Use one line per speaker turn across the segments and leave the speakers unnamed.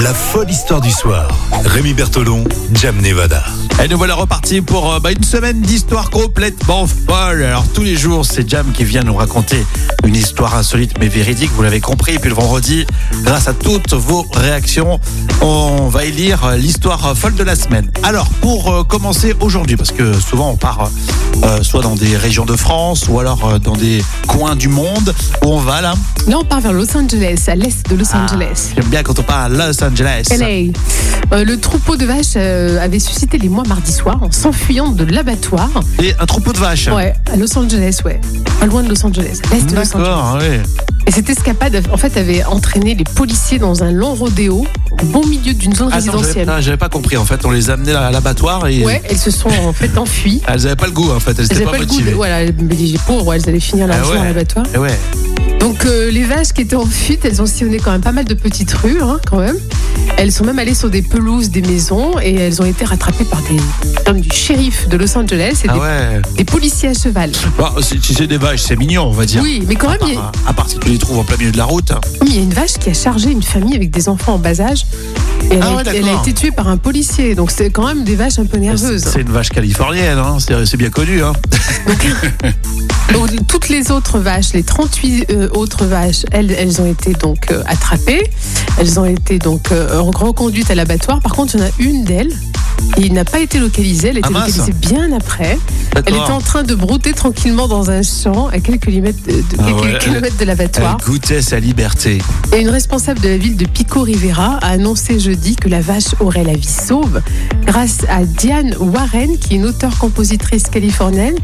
La folle histoire du soir. Rémi Bertolon, Jam Nevada.
Et nous voilà repartis pour euh, bah, une semaine d'histoire complètement folle. Alors tous les jours, c'est Jam qui vient nous raconter une histoire insolite mais véridique, vous l'avez compris. Et puis le vendredi, grâce à toutes vos réactions, on va élire euh, l'histoire euh, folle de la semaine. Alors pour euh, commencer aujourd'hui, parce que souvent on part euh, euh, soit dans des régions de France ou alors euh, dans des coins du monde, où on va là.
Là, on part vers Los Angeles, à l'est de Los
Ah,
Angeles.
J'aime bien quand on part à Los Angeles.
LA. Euh, le troupeau de vaches euh, avait suscité les mois mardi soir en s'enfuyant de l'abattoir.
Et un troupeau de vaches.
Ouais, à Los Angeles, ouais. Pas loin de Los Angeles, à l'est de Los Angeles.
D'accord, oui.
Et cette escapade, en fait, avait entraîné les policiers dans un long rodéo au bon milieu d'une zone
Ah non, j'avais
résidentielle.
pas- j'avais pas compris en fait. On les amenait à l'abattoir et
Ouais, elles se sont en fait enfuies.
elles n'avaient pas le goût en fait. Elles
Elles
n'étaient
n'avaient
pas,
pas le goût de.
motivées.
Voilà, mais les pauvres, elles allaient finir leur
Ah
jour à
ouais.
l'abattoir.
Et ouais.
Donc euh, les vaches qui étaient en fuite, elles ont sillonné quand même pas mal de petites rues, hein, quand même. Elles sont même allées sur des pelouses des maisons et elles ont été rattrapées par des hommes du shérif de Los Angeles et
Ah
des,
ouais.
des policiers à cheval.
Bah, c'est- si c'est des vaches, c'est mignon, on va dire.
Oui, mais quand même,
À part-
il y, a,
À part si tu les trouves en plein milieu de la route.
oui, il y a une vache qui a chargé une famille avec des enfants en bas âge. Et elle,
Ah
a,
ouais,
été- elle a
d'accord.
été tuée par un policier, donc c'est quand même des vaches un peu
C'est
nerveuses.
c'est une vache californienne, hein, c'est c'est bien connu. Hein.
Donc, toutes les autres vaches, les 38 euh, autres vaches, elles, elles ont été donc euh, attrapées. Elles ont été donc euh, reconduites à l'abattoir. Par contre, il y en a une d'elles. Et il n'a pas été localisée, elle a été
Ah, mince. Oh.
localisée bien après. Elle était en train de brouter tranquillement dans un champ à quelques, kilomètres de, de-
Ah
quelques
ouais.
kilomètres de
Elle
l'abattoir.
goûtait sa liberté.
Et une responsable de la ville de Pico Rivera a annoncé jeudi que la vache aurait la vie sauve grâce à Diane Warren, qui est une auteure-compositrice californienne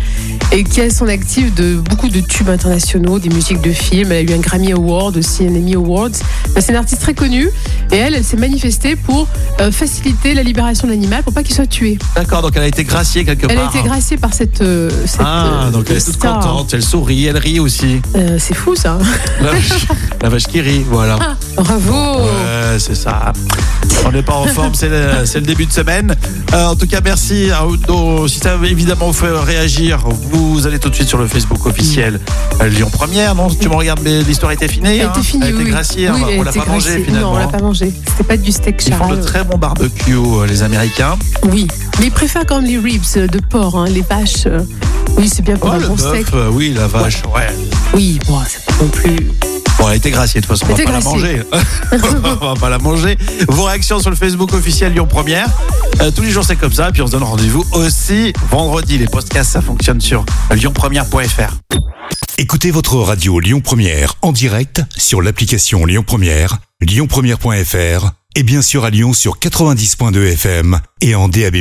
et qui a son actif de beaucoup de tubes internationaux, des musiques de films. Elle a eu un Grammy Award, aussi un Emmy Awards. Ben, C'est une artiste très connue et elle, elle s'est manifestée pour euh, faciliter la libération de l'animal pour pas qu'il soit tué.
D'accord, donc elle a été graciée quelque
Elle a
part.
été graciée par cette. euh, cette,
Ah,
euh,
donc elle est toute
star.
contente, elle sourit, elle rit aussi.
Euh, C'est fou ça.
La vache, la vache qui rit, voilà.
Ah, bravo.
Ouais, c'est ça. On n'est pas en forme, c'est le, c'est le début de semaine. Euh, en tout cas, merci. à Oudo. Si ça évidemment vous fait réagir, vous allez tout de suite sur le Facebook officiel euh, Lyon Première. Non, tu me regardes, mais l'histoire était finie.
Elle
hein
était finie,
Elle était
oui.
graciée, hein,
Oui, elle
on l'a
était
pas mangée
graciée.
finalement. hein.
Non, on l'a pas mangée. C'était pas du steak
Ils font
charral.
de très bons barbecues, euh, les Américains.
Oui, mais ils préfèrent quand même les ribs euh, de porc, hein, les vaches. euh, Oui, c'est bien pour
Oh,
un
le
bah, bon
bœuf,
steak.
euh, oui, la vache. Ouais.
Oui, bon, c'est pas non plus.
Bon, elle était graciée, de toute façon, on va
Elle
pas
était
la manger. on va pas la manger. Vos réactions sur le Facebook officiel Lyon Première. Euh, tous les jours, c'est comme ça. Puis on se donne rendez-vous aussi vendredi. Les podcasts, ça fonctionne sur lyonpremière.fr.
Écoutez votre radio Lyon Première en direct sur l'application Lyon Première, lyonpremière.fr et bien sûr à Lyon sur 90.2 FM et en DAB+.